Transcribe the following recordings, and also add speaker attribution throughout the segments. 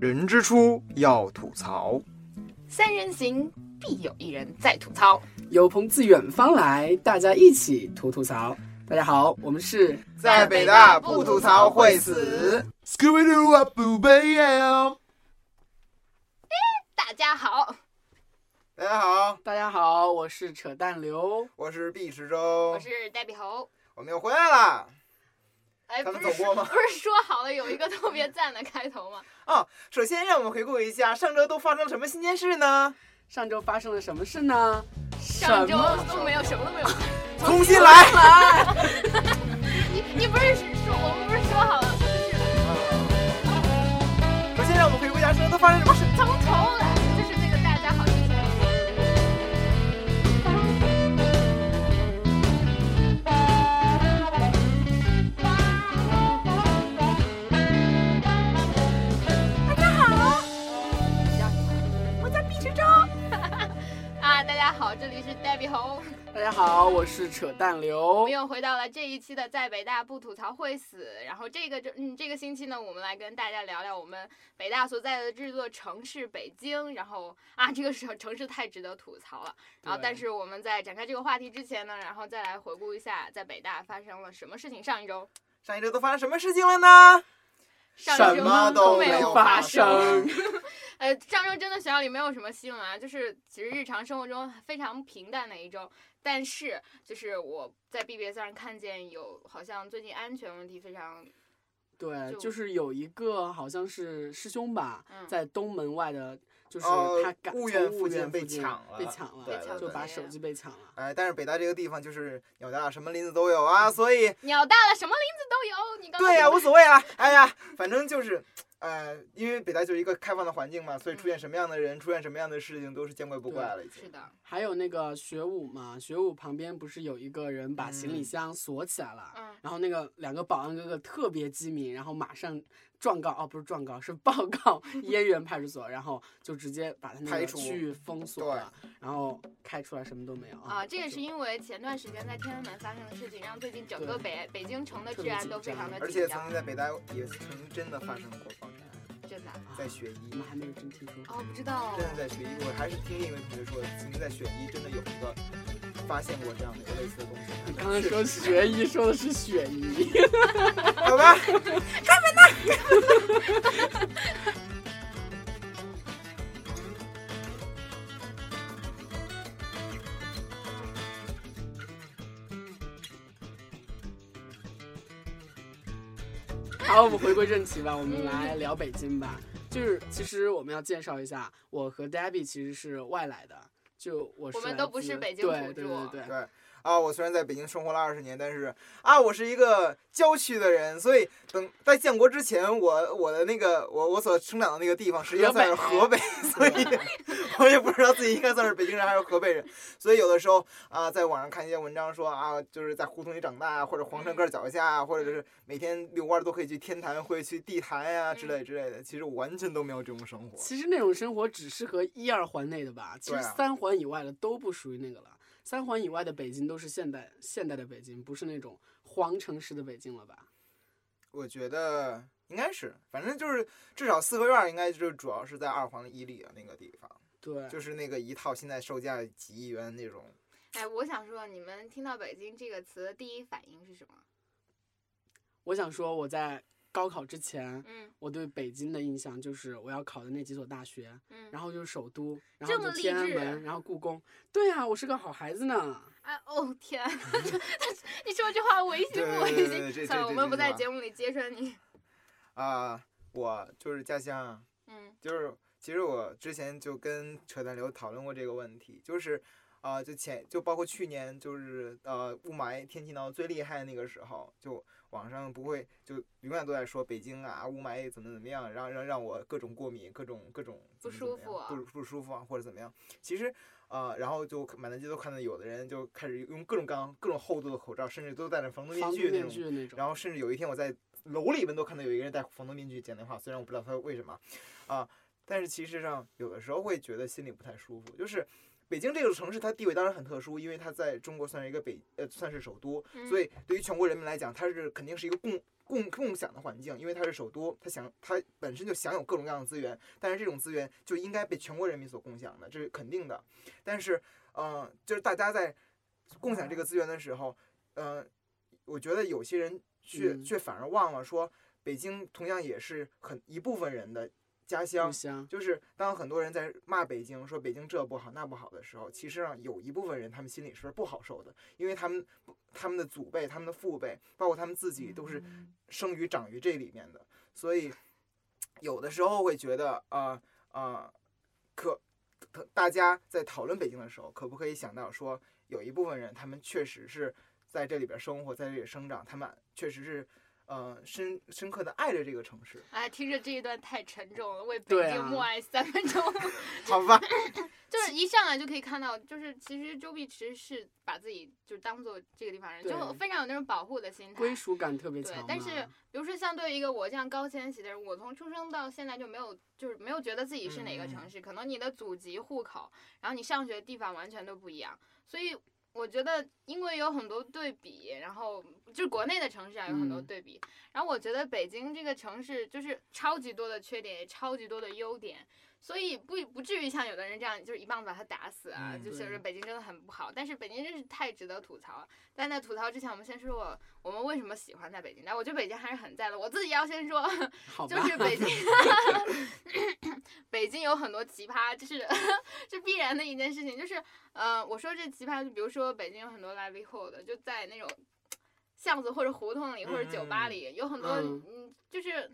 Speaker 1: 人之初要吐槽，
Speaker 2: 三人行必有一人在吐槽。
Speaker 3: 有朋自远方来，大家一起吐吐槽。大家好，我们
Speaker 2: 嗯
Speaker 3: 是
Speaker 2: 在北大不吐槽会死。
Speaker 1: Scooby-Doo 啊，不悲呀！
Speaker 2: 大家好，
Speaker 1: 大家好，
Speaker 3: 大家好，我是扯淡刘。
Speaker 1: 我是毕池洲
Speaker 2: 我，是呆比猴。
Speaker 1: 我们又回来啦。
Speaker 2: 哎，
Speaker 1: 咱
Speaker 2: 不
Speaker 1: 们
Speaker 2: 是
Speaker 1: 走过
Speaker 2: 说
Speaker 1: 吗
Speaker 2: 不是说好了有一个特别赞的开头吗？
Speaker 1: 哦，首先让我们回顾一下上周都发生了什么新鲜事呢？
Speaker 3: 上周发生了什么事呢？
Speaker 2: 上周
Speaker 3: 什么
Speaker 2: 都没有，什么都没有。
Speaker 1: 重新来。
Speaker 2: 你你不是说我们不是说好了，就是
Speaker 1: 首先让我们回顾一下上周都发生什么事。
Speaker 2: 从头来，就是那个大家好，就是
Speaker 4: 我叫毕池洲，
Speaker 2: 啊，大家好，这里是呆比猴。
Speaker 3: 大家好，我是扯淡
Speaker 2: 我
Speaker 3: 刘
Speaker 2: 们。又回到了这一期的在北大不吐槽会死。然后这个周嗯这个星期呢，我们来跟大家聊聊我们北大所在的这座城市北京。然后啊，这个城城市太值得吐槽了。然后，
Speaker 3: 对
Speaker 2: 但是我们在展开这个话题之前呢，然后再来回顾一下在北大发生了什么事情。上一周，
Speaker 1: 上一周都发生什么事情了呢？
Speaker 2: 上
Speaker 3: 什
Speaker 2: 周
Speaker 3: 么
Speaker 2: 都
Speaker 3: 都
Speaker 2: 没
Speaker 3: 没
Speaker 2: 有
Speaker 3: 有
Speaker 2: 发
Speaker 3: 发
Speaker 2: 生
Speaker 3: 生。
Speaker 2: 呃，上周真的学校里没有什么新闻啊，就是其实日常生活中非常平淡的一周。但是就是我在 BBS 上看见有好像最近安全问题非常
Speaker 3: 对，
Speaker 2: 就
Speaker 3: 就是有一个好像是师兄吧，
Speaker 2: 嗯
Speaker 3: 在东门外的，就是
Speaker 1: 哦
Speaker 3: 他赶
Speaker 1: 婺
Speaker 3: 从
Speaker 1: 源附
Speaker 3: 婺
Speaker 1: 近
Speaker 3: 源
Speaker 1: 被
Speaker 3: 附近
Speaker 1: 抢了
Speaker 3: 被抢
Speaker 1: 对
Speaker 2: 对
Speaker 3: 了，就
Speaker 2: 对
Speaker 3: 把
Speaker 2: 对
Speaker 3: 手机被抢了。
Speaker 1: 哎，但是北大这个地方就是鸟大，什么林子都有啊，所以
Speaker 2: 鸟大了，什么林子都有。你刚刚
Speaker 1: 对呀、
Speaker 2: 说
Speaker 1: 无所 谓啦。哎呀，反正就是，呃，因为北大就是一个开放的环境嘛，所以出
Speaker 2: 嗯
Speaker 1: 现什么样的人，出现什么样的事情都是见怪不怪了。已
Speaker 2: 是
Speaker 1: 经。
Speaker 2: 的，
Speaker 3: 还有那个学武嘛，学武旁边不是有一个人把行李
Speaker 1: 嗯
Speaker 3: 箱锁起来了，
Speaker 2: 嗯，
Speaker 3: 然后那个两个保安哥哥特别机敏，然后马上状告哦，不是状告，是报 告洱源派出所，然后就直接把他那
Speaker 1: 排
Speaker 3: 个
Speaker 1: 除
Speaker 3: 区域封锁了，然后开出来什么都没有
Speaker 1: 哦
Speaker 2: 啊，这也是
Speaker 3: 就
Speaker 2: 因为前段时间在天安门发生的事情，让最近整个北北京城的
Speaker 3: 特
Speaker 2: 治
Speaker 3: 别
Speaker 2: 安
Speaker 3: 紧
Speaker 2: 都非常的
Speaker 1: 而
Speaker 2: 紧
Speaker 1: 且
Speaker 2: 张
Speaker 1: 曾，经在北大也曾真的发生过放炸，
Speaker 2: 真的。
Speaker 3: 啊
Speaker 1: 在雪
Speaker 3: 我
Speaker 1: 医
Speaker 3: 们，还没有真听说。
Speaker 2: 哦，不知道
Speaker 1: 真
Speaker 2: 哦，
Speaker 1: 的在雪医，我还是听一位同学说，曾经在雪医真的有一个发现过这样的一个类似的东西。
Speaker 3: 你 刚才说学医，说的是雪姨，
Speaker 1: 好吧，
Speaker 3: 好，我们回归正题吧，我们来聊北京吧。就是其实我们要介绍一下，我和 Debbie 其实是外来的，就我是
Speaker 2: 我们
Speaker 3: 来
Speaker 2: 都不
Speaker 3: 自
Speaker 2: 是北京
Speaker 3: 对
Speaker 2: 土
Speaker 3: 对
Speaker 2: 著
Speaker 3: 对对
Speaker 1: 对。啊，我虽然在北京生活了二十年，但是啊，我是一个郊区的人，所以等在建国之前，我我的那个我我所生长的那个地方实际上算是河
Speaker 3: 河
Speaker 1: 北，哎所以 我也不知道自己应该算是北京人还是河北人，所以有的时候啊，在网上看一些文章说啊，就是在胡同里长大啊，或者皇城根儿脚下啊，或者是每天遛弯儿都可以去天坛，会去地坛呀、之类之类的，其实我完全都没有这种生活。
Speaker 3: 其实那种生活只适合一二环内的吧，其
Speaker 1: 对
Speaker 3: 实
Speaker 1: 啊
Speaker 3: 三环以外的都不属于那个了。三环以外的北京都是现代现代的北京，不是那种皇城式的北京了吧？
Speaker 1: 我觉得应该是，反正就是至少四合院儿应该就主要是在二环的伊犁啊那个地方。
Speaker 3: 对，
Speaker 1: 就是那个一套现在售价几亿元那种，
Speaker 2: 哎，我想说，你们听到“北京”这个词的第一反应是什么？
Speaker 3: 我想说我在高考之前，
Speaker 2: 嗯
Speaker 3: 我对北京的印象就是我要考的那几所大学，
Speaker 2: 嗯，
Speaker 3: 然后就是首都，然
Speaker 2: 这
Speaker 3: 后
Speaker 2: 么
Speaker 3: 就
Speaker 2: 励
Speaker 3: 天安
Speaker 2: 志
Speaker 3: 门，然后故宫。对啊，我是个好孩子呢。
Speaker 2: 啊，哦天啊，你说这话我一心不我一
Speaker 1: 嗯对对对对
Speaker 2: 心。
Speaker 1: 这
Speaker 2: 算
Speaker 1: 这
Speaker 2: 了，我们
Speaker 1: 这
Speaker 2: 不在
Speaker 1: 这
Speaker 2: 节目里揭穿你。
Speaker 1: 啊、我就是家乡，
Speaker 2: 嗯
Speaker 1: 就是其实我之前就跟扯淡流讨论过这个问题，就是啊、就前就包括去年就是呃雾霾天气闹得最厉害的那个时候，就网上不会就永远都在说北京啊雾霾怎么怎么样，让让让我各种过敏，各种各种怎么怎
Speaker 2: 不
Speaker 1: 么
Speaker 2: 舒服
Speaker 1: 样不不舒服啊或者怎么样，其实。呃，然后就满大街都看到有的人就开始用各种各样、各种厚度的口罩，甚至都戴着防毒面
Speaker 3: 防毒
Speaker 1: 具那
Speaker 3: 面
Speaker 1: 种
Speaker 3: 具那种。
Speaker 1: 然后甚至有一天我在楼里面都看到有一个人戴防毒面具讲电话，虽然我不知道他为什么，啊，但是其实上有的时候会觉得心里不太舒服，就是。北京这个城市，它地位当然很特殊，因为它在中国算是一个北呃算是首都，
Speaker 2: 嗯
Speaker 1: 所以对于全国人民来讲，它是肯定是一个共共共享的环境，因为它是首都，它享它本身就享有各种各样的资源，但是这种资源就应该被全国人民所共享的，这是肯定的。但是，呃，就是大家在共享这个资源的时候，呃，我觉得有些人却
Speaker 3: 嗯
Speaker 1: 却反而忘了说，北京同样也是很一部分人的家乡
Speaker 3: 故，乡，
Speaker 1: 就是当很多人在骂北京，说北京这不好那不好的时候，其实上有一部分人他们心里是不好受的，因为他们他们的祖辈、他们的父辈，包括他们自己都
Speaker 2: 嗯
Speaker 1: 是生于长于这里面的，所以有的时候会觉得啊啊、可可大家在讨论北京的时候，可不可以想到说，有一部分人他们确实是在这里边生活，在这里生长，他们确实是呃深深刻的爱着这个城 市，
Speaker 2: 哎，听着这一段太沉重了，为
Speaker 3: 对
Speaker 2: 北京
Speaker 3: 啊
Speaker 2: 默哀三分钟。
Speaker 1: 好吧？
Speaker 2: 就是一上来就可以看到，就是其实周碧池是把自己就当做这个地方人，就
Speaker 3: 对
Speaker 2: 非常有那种保护的心态。
Speaker 3: 归属感特别
Speaker 2: 对
Speaker 3: 强嘛。，
Speaker 2: 但是比如说像对于一个我这样高迁徙的人，我从出生到现在就没有，就是没有觉得自己是哪个城市，可能你的祖籍、户口，然后你上学的地方完全都不一样，所以我觉得因为有很多对比，然后就是国内的城市啊有很多
Speaker 3: 嗯
Speaker 2: 对比，然后我觉得北京这个城市就是超级多的缺点，也超级多的优点。所以不不至于像有的人这样，就是一棒子把他打死啊！
Speaker 1: 嗯
Speaker 2: 就是
Speaker 3: 对
Speaker 2: 北京真的很不好，但是北京真是太值得吐槽了。但在吐槽之前，我们先说说我我们为什么喜欢在北京？但我觉得北京还是很在的。我自己要先说，
Speaker 3: 好吧，
Speaker 2: 就是 北京，北京有很多奇葩，这是是必然的一件事情。就是呃，我说这奇葩，就比如说北京有很多 livelihood，就在那种巷子或者胡同里或者酒吧里，有很多
Speaker 3: 嗯
Speaker 2: 嗯，就是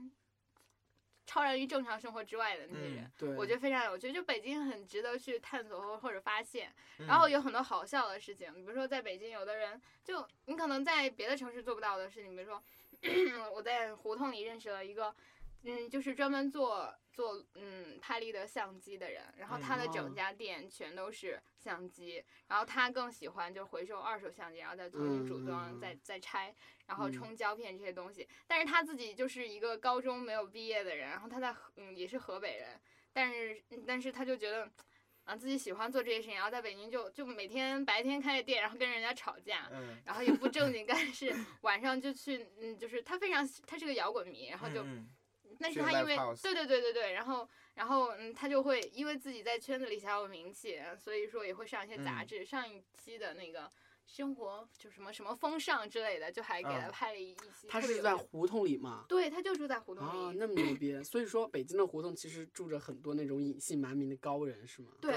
Speaker 2: 超然于正常生活之外的那些人。
Speaker 1: 嗯
Speaker 3: 对，
Speaker 2: 我觉得非常有趣，就北京很值得去探索或或者发现。
Speaker 1: 嗯
Speaker 2: 然后有很多好笑的事情，比如说在北京，有的人就你可能在别的城市做不到的事情，比如说 我在胡同里认识了一个，嗯，就是专门做做嗯拍立得相机的人，然后他的整
Speaker 3: 哦
Speaker 2: 家店全都是相机，然后他更喜欢就回收二手相机，然后再重新组装，
Speaker 3: 嗯嗯嗯
Speaker 2: 再再拆，然后
Speaker 3: 嗯
Speaker 2: 冲胶片这些东西。但是他自己就是一个高中没有毕业的人，然后他在河嗯也是河北人，但是嗯但是他就觉得。啊，自己喜欢做这些事情，然后在北京就就每天白天开着店，然后跟人家吵架，
Speaker 1: 嗯。
Speaker 2: 然后也不正经干事，晚上就去，嗯，就是他非常他是个摇滚迷，然后就，
Speaker 1: 嗯
Speaker 2: 但是
Speaker 1: 去
Speaker 2: 他因
Speaker 1: live
Speaker 2: 为
Speaker 1: house
Speaker 2: 对对对对对，然后然后嗯，他就会因为自己在圈子里小有名气，所以说也会上一些杂
Speaker 1: 嗯
Speaker 2: 志，上一期的那个。生活就什么什么风尚之类的，就还给他
Speaker 1: 嗯
Speaker 2: 拍了一期。
Speaker 3: 他
Speaker 2: 特别
Speaker 3: 是
Speaker 2: 有
Speaker 3: 在
Speaker 2: 趣
Speaker 3: 胡同里嘛。
Speaker 2: 对，他就住在胡同里。
Speaker 3: 啊，那么牛逼！所以说，北京的胡同其实住着很多那种隐姓埋名的高人，
Speaker 1: 嗯
Speaker 3: 是吗？
Speaker 2: 对，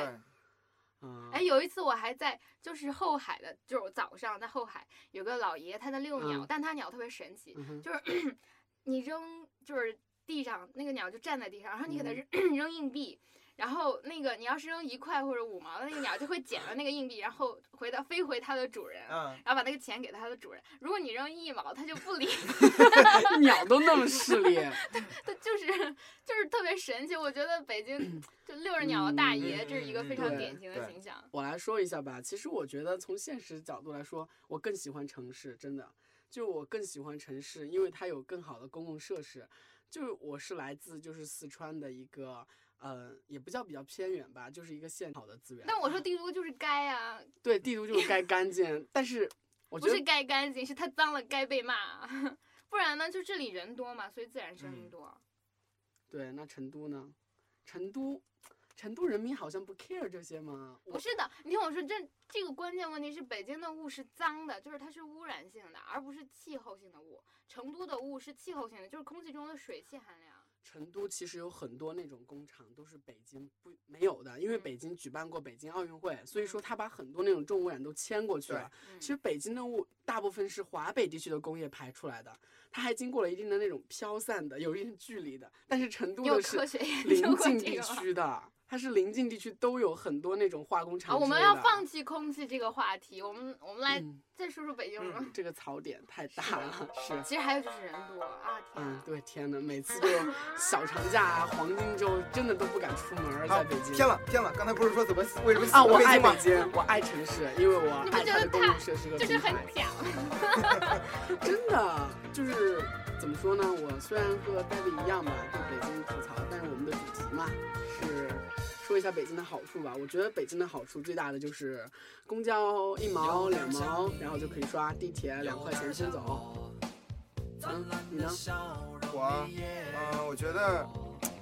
Speaker 3: 啊，
Speaker 2: 哎，，有一次我还在就是后海的，就是早上在后海有个老爷，他在遛鸟，
Speaker 3: 嗯
Speaker 2: 但他鸟特别神奇，
Speaker 3: 嗯哼，
Speaker 2: 就是你扔就是地上那个鸟就站在地上，然后你给它
Speaker 1: 嗯
Speaker 2: 扔、扔 硬币。然后那个你要是扔一块或者五毛，那个鸟就会捡了那个硬币，然后回到飞回它的主人，
Speaker 1: 嗯，
Speaker 2: 然后把那个钱给它的主人。如果你扔一毛，它就 不理，
Speaker 3: 哎鸟都那么势利，
Speaker 2: 它就是就是特别神奇。我觉得北京就遛着鸟的大爷，这是一个非
Speaker 1: 嗯
Speaker 2: 常
Speaker 3: 对
Speaker 2: 典型的
Speaker 1: 对
Speaker 2: 形象。
Speaker 3: 我来说一下吧。其实我觉得从现实角度来说，我更喜欢城市，真的，就我更喜欢城市，因为它有更好的公共设施。就是我是来自就是四川的一个，呃，也不叫比较偏远吧，就是一个县好的资源。
Speaker 2: 但我说帝都就是该啊，
Speaker 3: 对帝都就是该干净，但是我觉
Speaker 2: 不
Speaker 3: 得
Speaker 2: 是该干净，是它脏了该被骂。 不然呢，就这里人多嘛，所以自然声音
Speaker 1: 嗯
Speaker 2: 多。
Speaker 3: 对，那成都呢？成都，成都人民好像不 care 这些吗？
Speaker 2: 不
Speaker 3: 我
Speaker 2: 是的，你听我说，这这个关键问题是北京的雾是脏的，就是它是污染性的，而不是气候性的雾。成都的雾是气候性的，就是空气中的水汽含量。
Speaker 3: 成都其实有很多那种工厂都是北京不没有的，因为
Speaker 2: 嗯
Speaker 3: 北京举办过北京奥运会，所以说他把很多那种重污染都迁过去
Speaker 1: 对
Speaker 3: 了。
Speaker 2: 嗯
Speaker 3: 其实北京的雾大部分是华北地区的工业排出来的，它还经过了一定的那种飘散的、有一定距离的，但是成都
Speaker 2: 你有
Speaker 3: 的
Speaker 2: 科
Speaker 3: 是
Speaker 2: 学研究
Speaker 3: 临
Speaker 2: 过
Speaker 3: 近
Speaker 2: 这
Speaker 3: 地
Speaker 2: 个吗？
Speaker 3: 区的，它是临近地区都有很多那种化工厂
Speaker 2: 啊，我
Speaker 3: 之
Speaker 2: 们
Speaker 3: 类
Speaker 2: 要
Speaker 3: 的
Speaker 2: 放弃空气这个话题，我们我们来
Speaker 3: 嗯
Speaker 2: 再说说北京吧。
Speaker 3: 这个槽点太大了，是。
Speaker 2: 其实还有就是人多啊，天
Speaker 3: 嗯
Speaker 2: 啊，，
Speaker 3: 对，天呐，每次都小长假啊、黄金周，真的都不敢出门儿，
Speaker 1: 好
Speaker 3: 在北京。
Speaker 1: 偏了偏了，刚才不是说怎么为什么喜
Speaker 3: 啊，
Speaker 1: 欢
Speaker 3: 我
Speaker 1: 北
Speaker 3: 爱
Speaker 1: 京
Speaker 3: 北
Speaker 1: 吗？
Speaker 3: 京，我爱城市，因为我
Speaker 2: 你不
Speaker 3: 爱
Speaker 2: 觉
Speaker 3: 它
Speaker 2: 得
Speaker 3: 的公
Speaker 2: 它
Speaker 3: 共设施和
Speaker 2: 就是
Speaker 3: 平
Speaker 2: 很
Speaker 3: 台。
Speaker 2: 假吗。
Speaker 3: 真的，就是怎么说呢？我虽然和戴维一样吧，对北京吐槽，但是我们的主题嘛是说一下北京的好处吧。我觉得北京的好处最大的就是公交一毛两毛，然后就可以刷地铁两块钱先走。嗯，你呢？
Speaker 1: 我啊，嗯、我觉得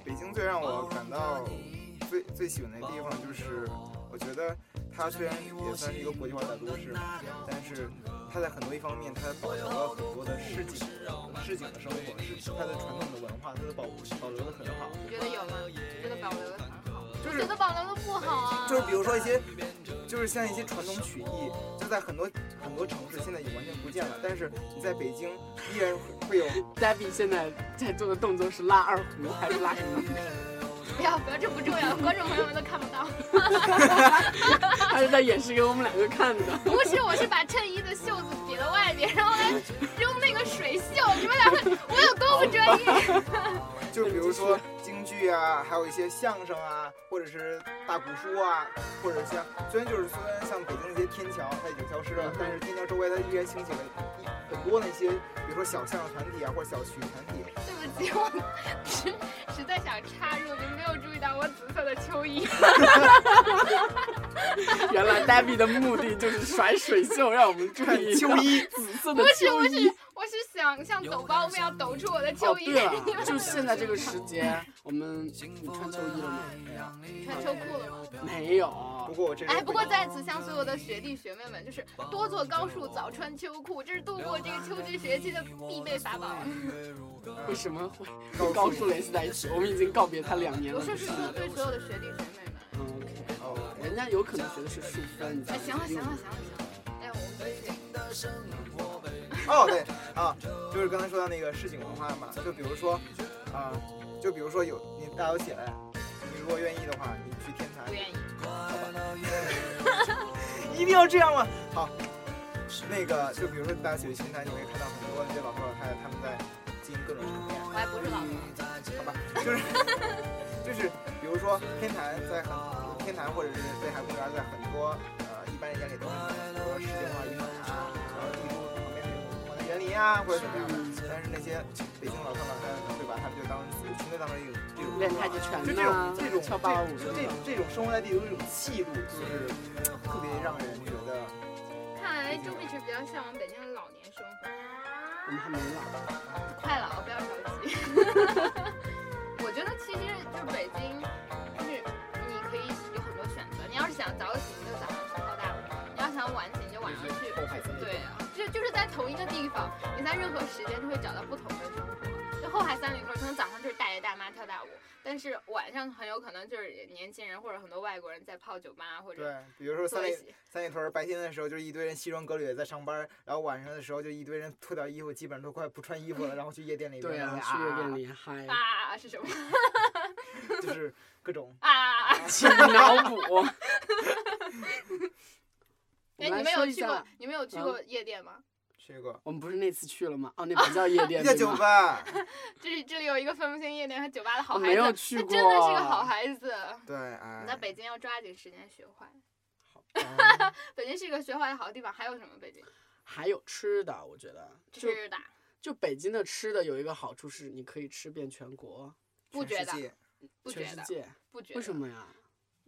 Speaker 1: 北京最让我感到最最喜欢的地方就是，我觉得它虽然也算是一个国际化大都市吧，但是它在很多一方面，它保留了很多的市井市井的生活，是它的传统的文化，它都保保留的很好。
Speaker 2: 你觉得有吗？你觉得保留的很好？
Speaker 1: 就
Speaker 2: 我
Speaker 1: 是
Speaker 2: 觉得保留的不好啊。
Speaker 1: 就是比如说一些，就是像一些传统曲艺，就在很多很多城市现在已经完全不见了，但是你在北京依然会会有
Speaker 3: Debbie 现在在做的动作是拉二胡还是拉什么？
Speaker 2: 不要不要，这不重要，观众朋友们都看不到。
Speaker 3: 他是在演示给我们两个看的。
Speaker 2: 不是，我是把衬衣的袖子别到外面，然后来用那个水袖。你们俩会，我有多不专业？
Speaker 1: 就比如说京剧啊，还有一些相声啊，或者是大鼓书啊，或者像虽然就是虽然像北京那些天桥它已经消
Speaker 2: 嗯
Speaker 1: 失了，但是天桥周围它依然兴起了一很多那些，比如说小相声团体啊，或者小曲艺团体。
Speaker 2: 对不起，我实实在想插入，你没有注意到我紫色的秋衣。
Speaker 3: 原来 Debbie 的目的就是甩水袖，让我们注
Speaker 1: 看
Speaker 3: 意
Speaker 1: 秋
Speaker 3: 衣，紫色的
Speaker 2: 不是
Speaker 3: 秋
Speaker 2: 不
Speaker 3: 衣
Speaker 2: 是。，我是想像走包不要抖出我的
Speaker 3: 哦
Speaker 2: 秋，衣。
Speaker 3: 对 了，就现在这个时节，我们你穿秋衣了吗？
Speaker 2: 穿秋裤了吗？
Speaker 3: 没有。
Speaker 1: 不过我这周
Speaker 2: 哎，不过在此向所有的学弟学妹们，就是多做高数，早穿秋裤，这是度过这个秋季学期的必备法宝。
Speaker 3: 为什么会跟高数联系在一起？我们已经告别他两年了。
Speaker 2: 我说是
Speaker 3: 不
Speaker 2: 说
Speaker 3: 吗
Speaker 2: 对所有的学弟学妹们。
Speaker 3: 嗯，OK，
Speaker 1: 哦，
Speaker 3: 人家有可能学的是数分。你知道
Speaker 2: 哎，
Speaker 3: 吗
Speaker 2: 行了行了行了行了，哎，我们继续。
Speaker 1: 哦，对啊，就是刚才说到那个市井文化嘛，就比如说，啊、就比如说有你大家都起来，你如果愿意的话，你去天
Speaker 2: 不
Speaker 1: 台，
Speaker 2: 愿意。
Speaker 1: 一定要这样吗？好，那个就比如说大家去天台，你会看到很多那些老头老太太他们在经营各种场面，
Speaker 2: 我还不是老公，
Speaker 3: 嗯
Speaker 1: 好吧，就是就是比如说天坛在很天坛或者是北海公园，在很多呃一般人眼里都是很多世界文化遗产啊，然后帝都旁边有皇家园林啊或者怎么样的，但是那些北京老头老太太们会把他们就当自己纯粹当成一种这种
Speaker 3: 练太极拳
Speaker 1: 就这
Speaker 3: 呐
Speaker 1: 种这种
Speaker 3: 跳八八舞
Speaker 1: 这这这种嗯生活在帝都这种气度，就是特别让人觉得
Speaker 2: 看来周碧池比较向往北京的老年生活。
Speaker 3: 我们还没老。
Speaker 2: 快老，不要着急。 我觉得其实就是北京，就是你可以有很多选择。你要是想早起，你就早上去跳大舞；你要想晚起，你就晚上去。
Speaker 3: 后海三
Speaker 2: 对啊，就就是在同一个地方，你在任何时间就会找到不同的生活。就后海三里屯，可能早上就是大爷大妈跳大舞，但是晚上很有可能就是年轻人或者很多外国人在泡酒吧或者
Speaker 1: 对，比如说
Speaker 2: 做
Speaker 1: 三
Speaker 2: 一
Speaker 1: 里
Speaker 2: 些。
Speaker 1: 三里屯儿白天的时候就是一堆人西装革履地在上班儿，然后晚上的时候就一堆人脱掉衣服，基本上都快不穿衣服了，然后去夜店里面
Speaker 3: 对啊，去夜 店里嗨，
Speaker 2: 啊是什么。
Speaker 1: 就是各种
Speaker 2: 啊？
Speaker 3: 请脑补。
Speaker 2: 哎，你
Speaker 3: 我来
Speaker 2: 们
Speaker 3: 说
Speaker 2: 有
Speaker 3: 一
Speaker 2: 去
Speaker 3: 下啊
Speaker 2: 过？你们有去过夜店吗？
Speaker 1: 去过
Speaker 3: 我们不是那次去了吗？哦， 那不叫 夜店，
Speaker 1: 一家
Speaker 3: 对
Speaker 1: 酒
Speaker 3: 吗？
Speaker 1: 吧，
Speaker 2: 这里这里有一个分不清夜店和酒吧的 好
Speaker 3: 我
Speaker 2: 孩子，
Speaker 3: 没有去
Speaker 2: 他
Speaker 3: 过
Speaker 2: 真的是个好 孩子。
Speaker 1: 对，
Speaker 2: 你
Speaker 1: 哎，
Speaker 2: 在北京要抓紧时间学坏，
Speaker 1: 嗯
Speaker 2: 北京是一个学坏的好地方。还有什么？北京
Speaker 3: 还有吃的，我觉得就
Speaker 2: 吃的，
Speaker 3: 就北京的吃的有一个好处是，你可以吃遍全国、
Speaker 2: 不觉
Speaker 1: 全世
Speaker 2: 得，
Speaker 1: 界
Speaker 2: 不
Speaker 3: 全
Speaker 2: 觉
Speaker 3: 世
Speaker 2: 得，
Speaker 3: 界。
Speaker 2: 不觉得。
Speaker 3: 为什？么呀？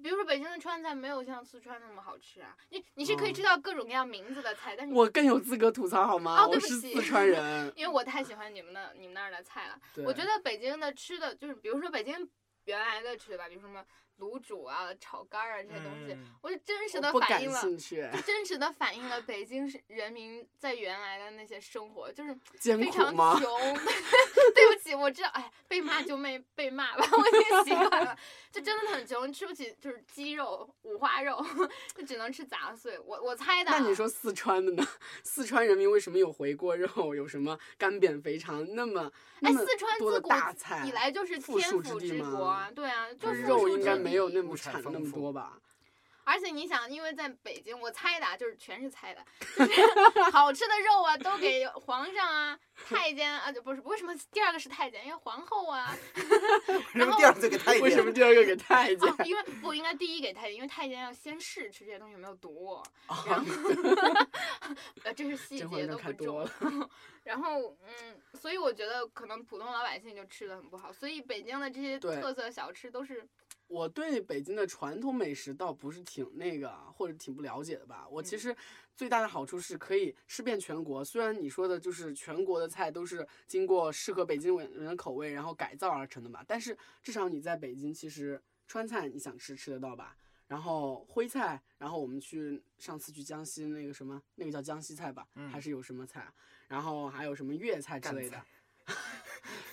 Speaker 2: 比如说北京的川菜没有像四川那么好吃啊，你你是可以
Speaker 3: 嗯
Speaker 2: 吃到各种各样名字的菜，但是
Speaker 3: 我更有资格吐槽好吗？
Speaker 2: 哦对
Speaker 3: 我
Speaker 2: 不
Speaker 3: 是
Speaker 2: 起。
Speaker 3: 四川 人
Speaker 2: 因为我太喜欢你们的你们那儿的菜了。
Speaker 3: 对
Speaker 2: 我觉得北京的吃的，就是比如说北京原来的吃的吧，比如说什么卤煮啊、炒肝儿啊这些东西，
Speaker 1: 嗯
Speaker 2: 我就真实
Speaker 3: 我
Speaker 2: 的
Speaker 3: 呃不
Speaker 2: 反
Speaker 3: 感
Speaker 2: 映了。
Speaker 3: 兴趣，
Speaker 2: 就真实的反映了北京是人民在原来的那些生活，就是
Speaker 3: 艰
Speaker 2: 非
Speaker 3: 苦
Speaker 2: 常
Speaker 3: 吗？
Speaker 2: 穷。 对不起，我知道，哎，被骂就没被骂吧，我已经习惯 了。就真的很穷，吃不起就是鸡肉、五花肉，就只能吃杂碎。我我猜的啊。
Speaker 3: 那你说四川的呢？四川人民为什么有回锅肉，有什么干煸肥肠，那么那
Speaker 2: 哎，
Speaker 3: 么
Speaker 2: 四川
Speaker 3: 多
Speaker 2: 自
Speaker 3: 的
Speaker 2: 古
Speaker 3: 大菜
Speaker 2: 以来就是
Speaker 3: 富
Speaker 2: 天
Speaker 3: 庶
Speaker 2: 府
Speaker 3: 之地
Speaker 2: 之
Speaker 3: 吗
Speaker 2: 国啊，对啊，就
Speaker 3: 就是
Speaker 1: 是
Speaker 3: 肉
Speaker 1: 说
Speaker 3: 应
Speaker 1: 这
Speaker 3: 该
Speaker 1: 个
Speaker 3: 没有那
Speaker 1: 物
Speaker 3: 么
Speaker 1: 产
Speaker 3: 产那
Speaker 1: 丰
Speaker 3: 么
Speaker 1: 富
Speaker 3: 多吧？
Speaker 2: 而且你想，因为在北京，我猜的啊，就是全是猜的，就是好吃的肉啊，都给皇上啊、太监啊，就不是为什么第二个是太监，因为皇后 啊，
Speaker 1: 然后第二次给他一
Speaker 3: 为什
Speaker 1: 点
Speaker 3: 么第二个给太监？
Speaker 2: 哦，因为不应该第一给太监，因为太监要先试吃这些东西有没有毒，然
Speaker 3: 哦，
Speaker 2: 后呃这是细
Speaker 3: 甄嬛
Speaker 2: 节
Speaker 3: 传
Speaker 2: 都
Speaker 3: 看
Speaker 2: 不
Speaker 3: 多
Speaker 2: 重， 然后嗯，所以我觉得可能普通老百姓就吃的很不好，所以北京的这些
Speaker 3: 对
Speaker 2: 特色小吃都是
Speaker 3: 我对北京的传统美食倒不是挺那个，啊或者挺不了解的吧。我其
Speaker 2: 嗯
Speaker 3: 实最大的好处是可以吃遍全国，虽然你说的就是全国的菜都是经过适合北京人的口味，然后改造而成的吧，但是至少你在北京，其实川菜你想吃吃得到吧。然后徽菜，然后我们去上次去江西那个什么，那个叫江西菜吧，还
Speaker 1: 嗯
Speaker 3: 是有什么菜啊？然后还有什么粤菜之
Speaker 1: 赣
Speaker 3: 类的
Speaker 1: 菜，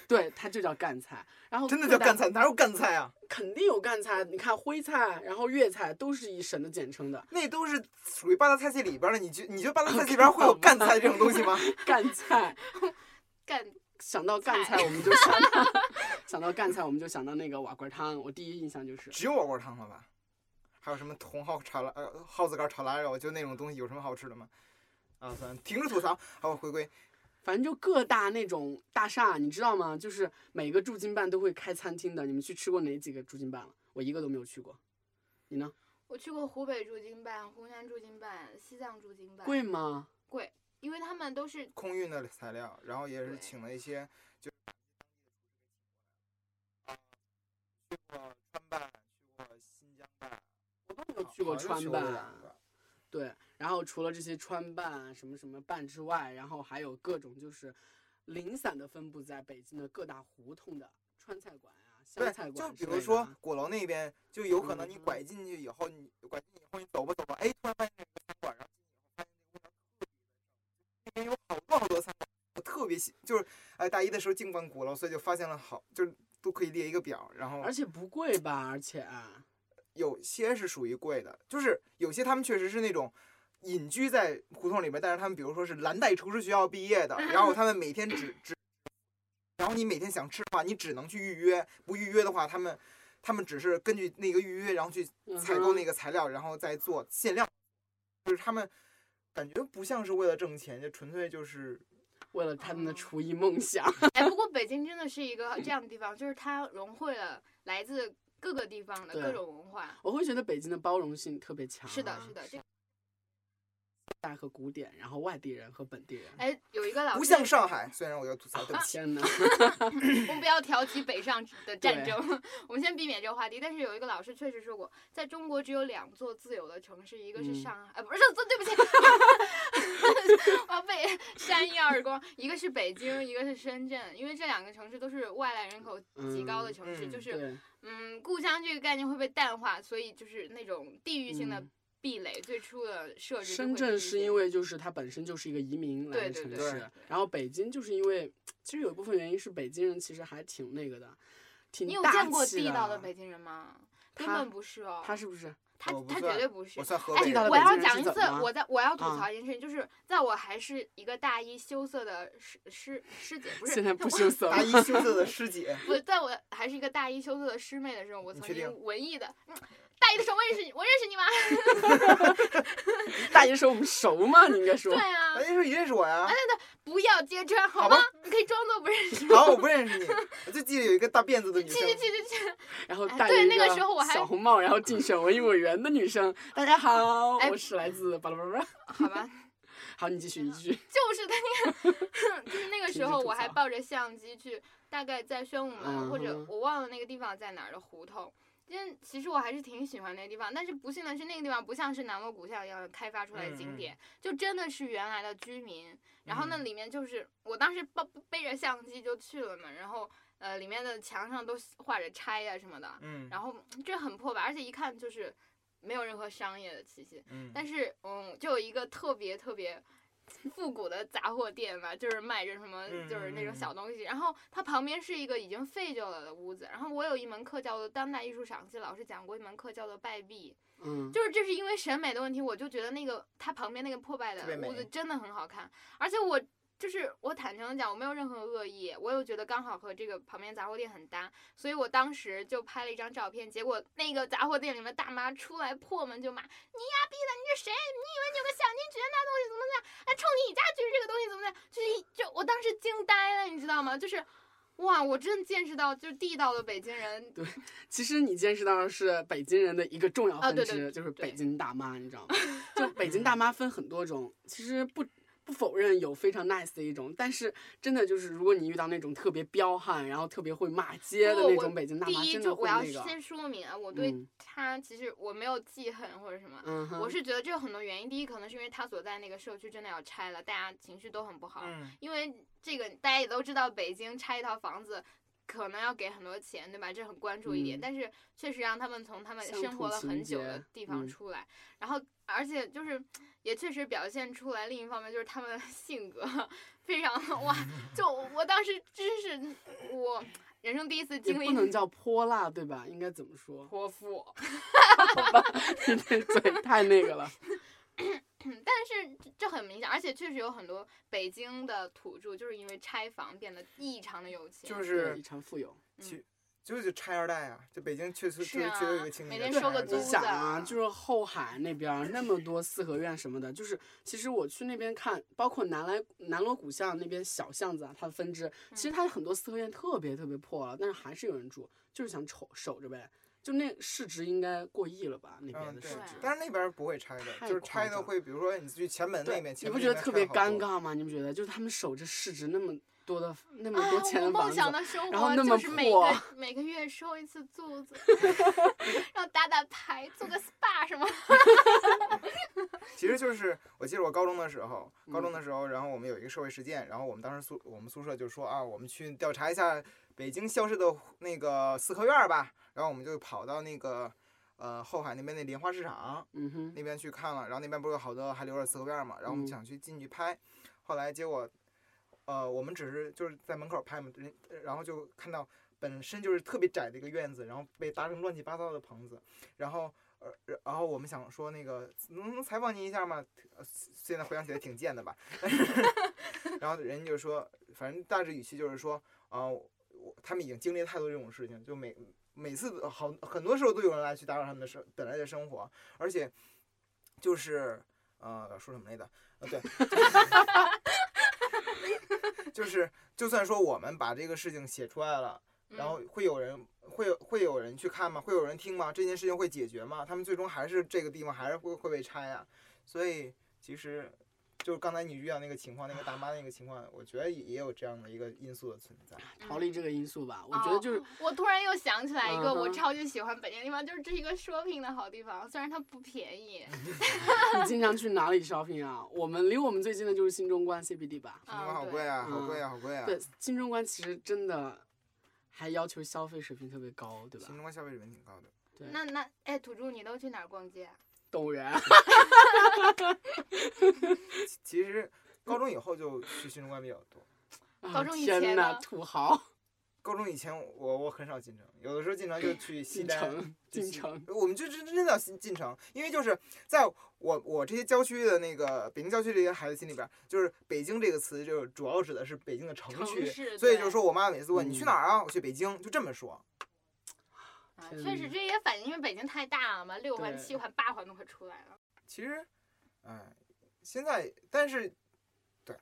Speaker 3: 对，它就叫赣菜。然后
Speaker 1: 真的
Speaker 3: 各
Speaker 1: 叫
Speaker 3: 大
Speaker 1: 干菜？哪有干菜啊？
Speaker 3: 肯定有赣菜，你看徽菜，然后粤菜都是以省的简称的。
Speaker 1: 那都是属于八大菜系里边儿的，你觉你觉得八大菜系里边儿会有干菜这种东西吗？
Speaker 3: 赣菜，
Speaker 2: 干
Speaker 3: 想到赣菜
Speaker 2: 菜
Speaker 3: 我们就想到， 想到赣菜我们就想到那个瓦罐汤，我第一印象就是
Speaker 1: 只有火锅汤了吧？还有什么茼蒿炒腊呃蒿子干炒腊肉，就那种东西有什么好吃的吗？啊，算了，停止吐槽，好，回归。
Speaker 3: 反正就各大那种大厦，你知道吗？就是每个驻京办都会开餐厅的。你们去吃过哪几个驻京办了？我一个都没有去过。你呢？
Speaker 2: 我去过湖北驻京办、湖南驻京办、西藏驻京办，
Speaker 3: 贵吗？
Speaker 2: 因为他们都是
Speaker 1: 空运的材料，然后也是
Speaker 2: 对
Speaker 1: 请了一些就。去过川办，去过新疆办，
Speaker 3: 我都没有去过
Speaker 1: 好像
Speaker 3: 川
Speaker 1: 就去过这
Speaker 3: 办
Speaker 1: 两。个
Speaker 3: 对，然后除了这些川办什么什么办之外，然后还有各种就是零散的分布在北京的各大胡同的川菜馆啊、湘菜
Speaker 1: 对，
Speaker 3: 馆
Speaker 1: 就比
Speaker 3: 之类
Speaker 1: 如
Speaker 3: 的
Speaker 1: 说
Speaker 3: 啊
Speaker 1: 鼓楼那边，就有可能你
Speaker 3: 嗯
Speaker 1: 拐进去以后，你拐进去以后你走吧走吧，哎，突然发现这个餐馆，然后进去以后发现这个味道特别的正，那边有好多好多餐馆，我特别喜，就是哎大一的时候净逛鼓楼，所以就发现了好，就是都可以列一个表，然后
Speaker 3: 而且不贵吧？而且啊
Speaker 1: 有些是属于贵的，就是有些他们确实是那种。隐居在胡同里面，但是他们比如说是蓝带厨师学校毕业的，然后他们每天只只，然后你每天想吃的话，你只能去预约，不预约的话，他们他们只是根据那个预约，然后去
Speaker 3: 嗯
Speaker 1: 采购那
Speaker 3: 个，
Speaker 1: 个材料，然后再做限量，就是他们感觉不像是为了挣钱，就纯粹就是
Speaker 3: 为了他们的
Speaker 2: 哦
Speaker 3: 厨艺梦想，
Speaker 2: 哎，不过北京真的是一个这样的地方，就是它融汇了来自各个地方的各
Speaker 3: 对
Speaker 2: 种文化。
Speaker 3: 我会觉得北京的包容性特别强啊、
Speaker 2: 是的，是的，这
Speaker 3: 代和古典，然后外地人和本地人。
Speaker 2: 哎，啊有一个老师，
Speaker 1: 不像上海。虽然我要吐槽，对不 起，
Speaker 3: 天呐，
Speaker 2: 我们不要挑起北上的战
Speaker 3: 对
Speaker 2: 争，我们先避免这个话题。但是有一个老师确实说过，在中国只有两座自由的城市，一个是
Speaker 3: 嗯
Speaker 2: 上海，呃，不是，对不起， 我要被扇一耳光。一个是北京，一个是深圳，因为这两个城市都是外来人口极高的
Speaker 3: 嗯
Speaker 2: 城市，
Speaker 1: 嗯
Speaker 2: 就是
Speaker 3: 对，
Speaker 2: 嗯，故乡这个概念会被淡化，所以就是那种地域性的
Speaker 3: 嗯
Speaker 2: 壁垒，最初的设置就
Speaker 3: 深
Speaker 2: 会
Speaker 3: 圳
Speaker 2: 低一
Speaker 3: 是
Speaker 2: 些
Speaker 3: 因为就是它本身就是一个移民来
Speaker 2: 对
Speaker 3: 的
Speaker 2: 对
Speaker 3: 城
Speaker 2: 对
Speaker 1: 对
Speaker 3: 市，然后北京就是因为其实有一部分原因是北京人其实还挺那个的，挺
Speaker 2: 你有
Speaker 3: 大
Speaker 2: 见过
Speaker 3: 气
Speaker 2: 地道的
Speaker 3: 的
Speaker 2: 北京人吗？根
Speaker 3: 他
Speaker 2: 本不是哦，
Speaker 3: 他是不是？
Speaker 2: 他
Speaker 1: 我不
Speaker 2: 他绝
Speaker 1: 算
Speaker 2: 对不是
Speaker 1: 我。算河
Speaker 2: 哎
Speaker 1: 北
Speaker 3: 地道的，
Speaker 1: 人
Speaker 2: 我
Speaker 3: 北京
Speaker 2: 要
Speaker 3: 人
Speaker 2: 讲
Speaker 3: 是
Speaker 2: 一
Speaker 3: 怎
Speaker 2: 次
Speaker 3: 么，了
Speaker 2: 我在我要吐
Speaker 3: 啊
Speaker 2: 槽一件事情，就是在我还是一个大一羞涩的师师师姐，不是
Speaker 3: 现在不
Speaker 2: 我
Speaker 3: 羞涩了
Speaker 1: 大，一羞涩的师姐，
Speaker 2: 不在我还是一个大一羞涩的师妹的时候，我
Speaker 1: 你
Speaker 2: 曾
Speaker 1: 确定
Speaker 2: 经文艺的，嗯，大一的时候我认识你，我认识你吗？
Speaker 3: 大一的时候我们熟吗？你应该说
Speaker 2: 对，啊
Speaker 1: 大，一哎说你认识我呀？
Speaker 2: 不要揭穿好
Speaker 1: 好
Speaker 2: 吗
Speaker 1: 吧？
Speaker 2: 你可以装作不认 识
Speaker 1: 好，
Speaker 2: 我。
Speaker 1: 我不认识你，我就记得有一个大辫子的女
Speaker 2: 去
Speaker 1: 生
Speaker 2: 去，去去 去！
Speaker 3: 然后
Speaker 2: 哎
Speaker 3: 戴
Speaker 2: 对
Speaker 3: 着一
Speaker 2: 那个时候我还
Speaker 3: 小红帽，然后竞选文艺委员的女生，大家好，
Speaker 2: 哎
Speaker 3: 我是来自巴拉巴拉巴拉。
Speaker 2: 好吧，
Speaker 3: 好，你继续，你继续。
Speaker 2: 就是那个， 就是那个时
Speaker 3: 停止
Speaker 2: 候
Speaker 3: 吐
Speaker 2: 我还
Speaker 3: 槽
Speaker 2: 抱着相机去，大概在宣武门或者
Speaker 3: 嗯哼
Speaker 2: 我忘了那个地方在哪儿的胡同。因为其实我还是挺喜欢那个地方，但是不幸的是那个地方不像是南锣鼓巷一样开发出来的景
Speaker 1: 嗯嗯
Speaker 2: 点，就真的是原来的居民。然后那
Speaker 1: 嗯
Speaker 2: 里面就是我当时抱背着相机就去了嘛，然后呃里面的墙上都画着拆呀、什么的，
Speaker 1: 嗯
Speaker 2: 然后这很破吧，而且一看就是没有任何商业的气息。
Speaker 1: 嗯，
Speaker 2: 但是嗯，就有一个特别特别复古的杂货店吧，就是卖着什么
Speaker 1: 嗯
Speaker 2: 就是那
Speaker 1: 嗯嗯
Speaker 2: 种小东西。然后它旁边是一个已经废旧了的屋子。然后我有一门课叫做当代艺术赏析，老师讲过一门课叫做败壁，
Speaker 3: 嗯，
Speaker 2: 就是这是因为审美的问题，我就觉得那个它旁边那个破败的
Speaker 1: 特别美
Speaker 2: 屋子真的很好看，而且我。就是我坦诚的讲，我没有任何恶意，我又觉得刚好和这个旁边杂货店很搭，所以我当时就拍了一张照片。结果那个杂货店里面大妈出来破门就骂：“你丫逼的，你是谁？你以为你有个小金桔那东西怎么怎么样？哎，冲你家橘这个东西怎么怎么样？”就是一就我当时惊呆了，你知道吗？就是哇，我真的见识到就是地道的北京人
Speaker 3: 其实你见识到的是北京人的一个重要
Speaker 2: 啊
Speaker 3: 分支，
Speaker 2: 对对
Speaker 3: 就是
Speaker 2: 对
Speaker 3: 北京大妈，你知道吗？就北京大妈分很多种，其实不不否认有非常 nice 的一种，但是真的就是如果你遇到那种特别彪悍，然后特别会骂街的
Speaker 2: 不
Speaker 3: 那
Speaker 2: 我
Speaker 3: 种北京大
Speaker 2: 第
Speaker 3: 妈，
Speaker 2: 一
Speaker 3: 真
Speaker 2: 就
Speaker 3: 的
Speaker 2: 我
Speaker 3: 会
Speaker 2: 要
Speaker 3: 那个。
Speaker 2: 先说明啊，我对
Speaker 3: 嗯
Speaker 2: 他其实我没有记恨或者什么，
Speaker 3: 嗯哼，
Speaker 2: 我是觉得这有很多原因。第一，可能是因为他所在那个社区真的要拆了，大家情绪都很不好。
Speaker 1: 嗯，
Speaker 2: 因为这个大家也都知道，北京拆一套房子可能要给很多钱，对吧？这很关注一点，
Speaker 3: 嗯
Speaker 2: 但是确实让他们从他们
Speaker 3: 乡
Speaker 2: 生
Speaker 3: 土
Speaker 2: 活了很
Speaker 3: 情
Speaker 2: 久的
Speaker 3: 节
Speaker 2: 地方
Speaker 3: 嗯
Speaker 2: 出来，然后而且就是也确实表现出来。另一方面就是他们的性格非常的 哇，就我当时真是我人生第一次
Speaker 3: 也
Speaker 2: 经历
Speaker 3: 不能叫泼辣对吧？应该怎么说？
Speaker 2: 泼妇。
Speaker 3: 好吧， 你这嘴太那个了。
Speaker 2: 但是这这很明显，而且确实有很多北京的土著就是因为拆房变得异常的有钱，
Speaker 1: 就
Speaker 3: 对
Speaker 1: 是
Speaker 3: 异常富有。
Speaker 1: 就是拆二代啊，就北京确实
Speaker 2: 是
Speaker 1: 确实缺
Speaker 2: 啊
Speaker 1: 有一个青
Speaker 2: 每
Speaker 1: 年
Speaker 2: 天
Speaker 1: 叫
Speaker 2: 收
Speaker 1: 拆二
Speaker 2: 个租
Speaker 1: 代
Speaker 3: 你
Speaker 2: 子
Speaker 3: 想啊，
Speaker 2: 的
Speaker 3: 就是后海那边儿那么多四合院什么的，就是其实我去那边看，包括南来南锣鼓巷那边小巷子啊，它的分支，其
Speaker 2: 嗯
Speaker 3: 实它很多四合院特别特别破了，但是还是有人住，就是想守守着呗。就那市值应该过亿了吧？那边
Speaker 1: 嗯，
Speaker 3: 的
Speaker 1: 对
Speaker 3: 市
Speaker 2: 是
Speaker 3: 值，，
Speaker 1: 但是那边儿不会拆的，
Speaker 3: 太
Speaker 1: 就是
Speaker 3: 夸
Speaker 1: 拆的
Speaker 3: 张
Speaker 1: 会，比如说你去前门那
Speaker 3: 对
Speaker 1: 边，，前
Speaker 3: 你不
Speaker 1: 门
Speaker 3: 觉
Speaker 1: 那
Speaker 3: 得
Speaker 1: 边拆
Speaker 3: 特别
Speaker 1: 好
Speaker 3: 尴
Speaker 1: 多？
Speaker 3: 尬吗？你不觉得？就是他们守着市值那么 多的那么
Speaker 2: 哎，
Speaker 3: 多钱
Speaker 2: 我
Speaker 3: 的房
Speaker 2: 梦
Speaker 3: 子，
Speaker 2: 想的生
Speaker 3: 然后
Speaker 2: 活
Speaker 3: 那
Speaker 2: 就
Speaker 3: 么
Speaker 2: 是每
Speaker 3: 破
Speaker 2: 个每个月收一次肚子，然后打打牌，做个 SPA 什么。
Speaker 1: 其实就是我记得我高中的时候，高
Speaker 3: 嗯
Speaker 1: 中的时候，然后我们有一个社会实践，然后我们当时宿我们宿舍就说啊，我们去调查一下北京消失的那个四合院儿吧，然后我们就跑到那个呃后海那边那莲花市场
Speaker 3: 嗯哼，
Speaker 1: 那边去看了，然后那边不是有好多还留着四合院儿嘛，然后我们
Speaker 3: 嗯
Speaker 1: 想去进去拍，后来结果呃我们只是就是在门口拍嘛，人然后就看到本身就是特别窄的一个院子，然后被搭成乱七八糟的棚子，然后呃，然后我们想说那个能能采访您一下吗？呃现在回想起来挺贱的吧， 然后人家就说，反正大致语气就是说，啊、我他们已经经历了太多这种事情，就每每次都好很多时候都有人来去打扰他们的生本来的生活，而且就是呃说什么来着？呃，对，就是就算说我们把这个事情写出来了。
Speaker 2: 嗯
Speaker 1: 然后会有人会有会有人去看吗？会有人听吗？这件事情会解决吗？他们最终还是这个地方还是会会被拆啊。所以其实就是刚才你遇到那个情况，那个大妈那个情况，我觉得也也有这样的一个因素的存在。
Speaker 3: 逃离这个因素吧。我觉得就 是
Speaker 2: 哦我突然又想起来一个我
Speaker 3: 嗯哼
Speaker 2: 超级喜欢北京的地方，就是这是一个 shopping 的好地方，虽然它不便宜。
Speaker 3: 嗯你经常去哪里 shopping 啊？我们离我们最近的就是新中关 CBD 吧。
Speaker 1: 什么
Speaker 2: 啊
Speaker 1: 好
Speaker 2: 对
Speaker 1: 贵啊，好
Speaker 3: 嗯
Speaker 1: 贵啊，好贵啊！
Speaker 3: 对，新中关其实真的还要求消费水平特别高，对吧
Speaker 1: 新？中国消费水平挺高的。
Speaker 3: 对，
Speaker 2: 那那哎，土著你都去哪儿逛街啊？
Speaker 3: 动物园
Speaker 1: 其其实高中以后就去新中关比较多。
Speaker 2: 高中以前
Speaker 3: 啊天呐，
Speaker 2: 呢
Speaker 3: 土豪
Speaker 1: 高中以前我我很少进城，有的时候进城就去西
Speaker 3: 进
Speaker 1: 单，
Speaker 3: 城，
Speaker 1: 就
Speaker 3: 进
Speaker 1: 西
Speaker 3: 城，
Speaker 1: 我们就真真的进进城，因为就是在我我这些郊区的那个北京郊区这些孩子心里边儿，就是北京这个词就主要指的是北京的城
Speaker 2: 城
Speaker 1: 区，
Speaker 2: 市
Speaker 1: 所以
Speaker 2: 对
Speaker 1: 就是说我妈每次问、你去
Speaker 3: 嗯
Speaker 1: 哪儿啊，我去北京，就这么说。
Speaker 2: 啊，
Speaker 3: 天
Speaker 2: 确实
Speaker 3: 呐
Speaker 2: 这也反映因为北京太大了嘛，六环、
Speaker 3: 对
Speaker 2: 七环、八环都快出来了。
Speaker 1: 其实，哎，现在但是，对，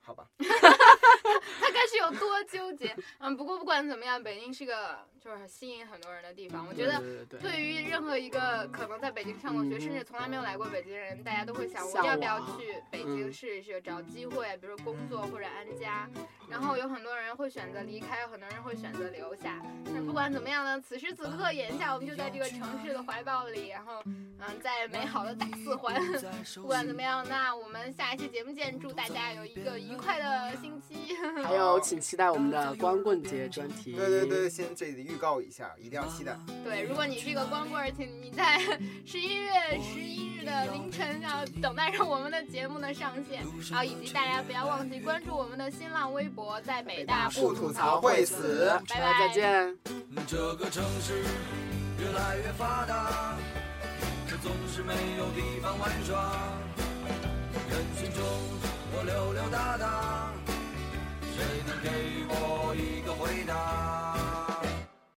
Speaker 1: 好吧，
Speaker 2: 大概是有多纠结。嗯，不过不管怎么样，北京是个就是吸引很多人的地啊方。我觉得
Speaker 3: 对对
Speaker 2: 对于任何一个可能在北京上过学，
Speaker 3: 嗯
Speaker 2: 甚至从来没有来过北京的人，大家都会想我
Speaker 3: 向往
Speaker 2: 要不要去北京
Speaker 3: 嗯
Speaker 2: 试一试，找机会，比如说工作或者安家。然后有很多人会选择离开，有很多人会选择留下。但是不管怎么样呢，此时此刻眼下我们就在这个城市的怀抱里，然后嗯，在美好的大四环。 不管怎么样，那我们下一期节目见，祝大家有一个愉快的星期。
Speaker 3: 对，还有请期待我们的光棍节专题。
Speaker 1: 对对对，，先
Speaker 2: 嗯
Speaker 1: 这里预告一下，一定要期待。
Speaker 2: 对，如果你是一个光棍儿，请你在 十一月十一日的凌晨啊，等待着我们的节目的上线，然后以及大家不要忘记关注我们的新浪微博，在北大
Speaker 1: 不吐槽会死
Speaker 2: 拜
Speaker 3: 大家
Speaker 2: 拜
Speaker 3: 再见。
Speaker 5: 这个城市越来越发达，可总是没有地方玩耍。人群中我溜溜达达，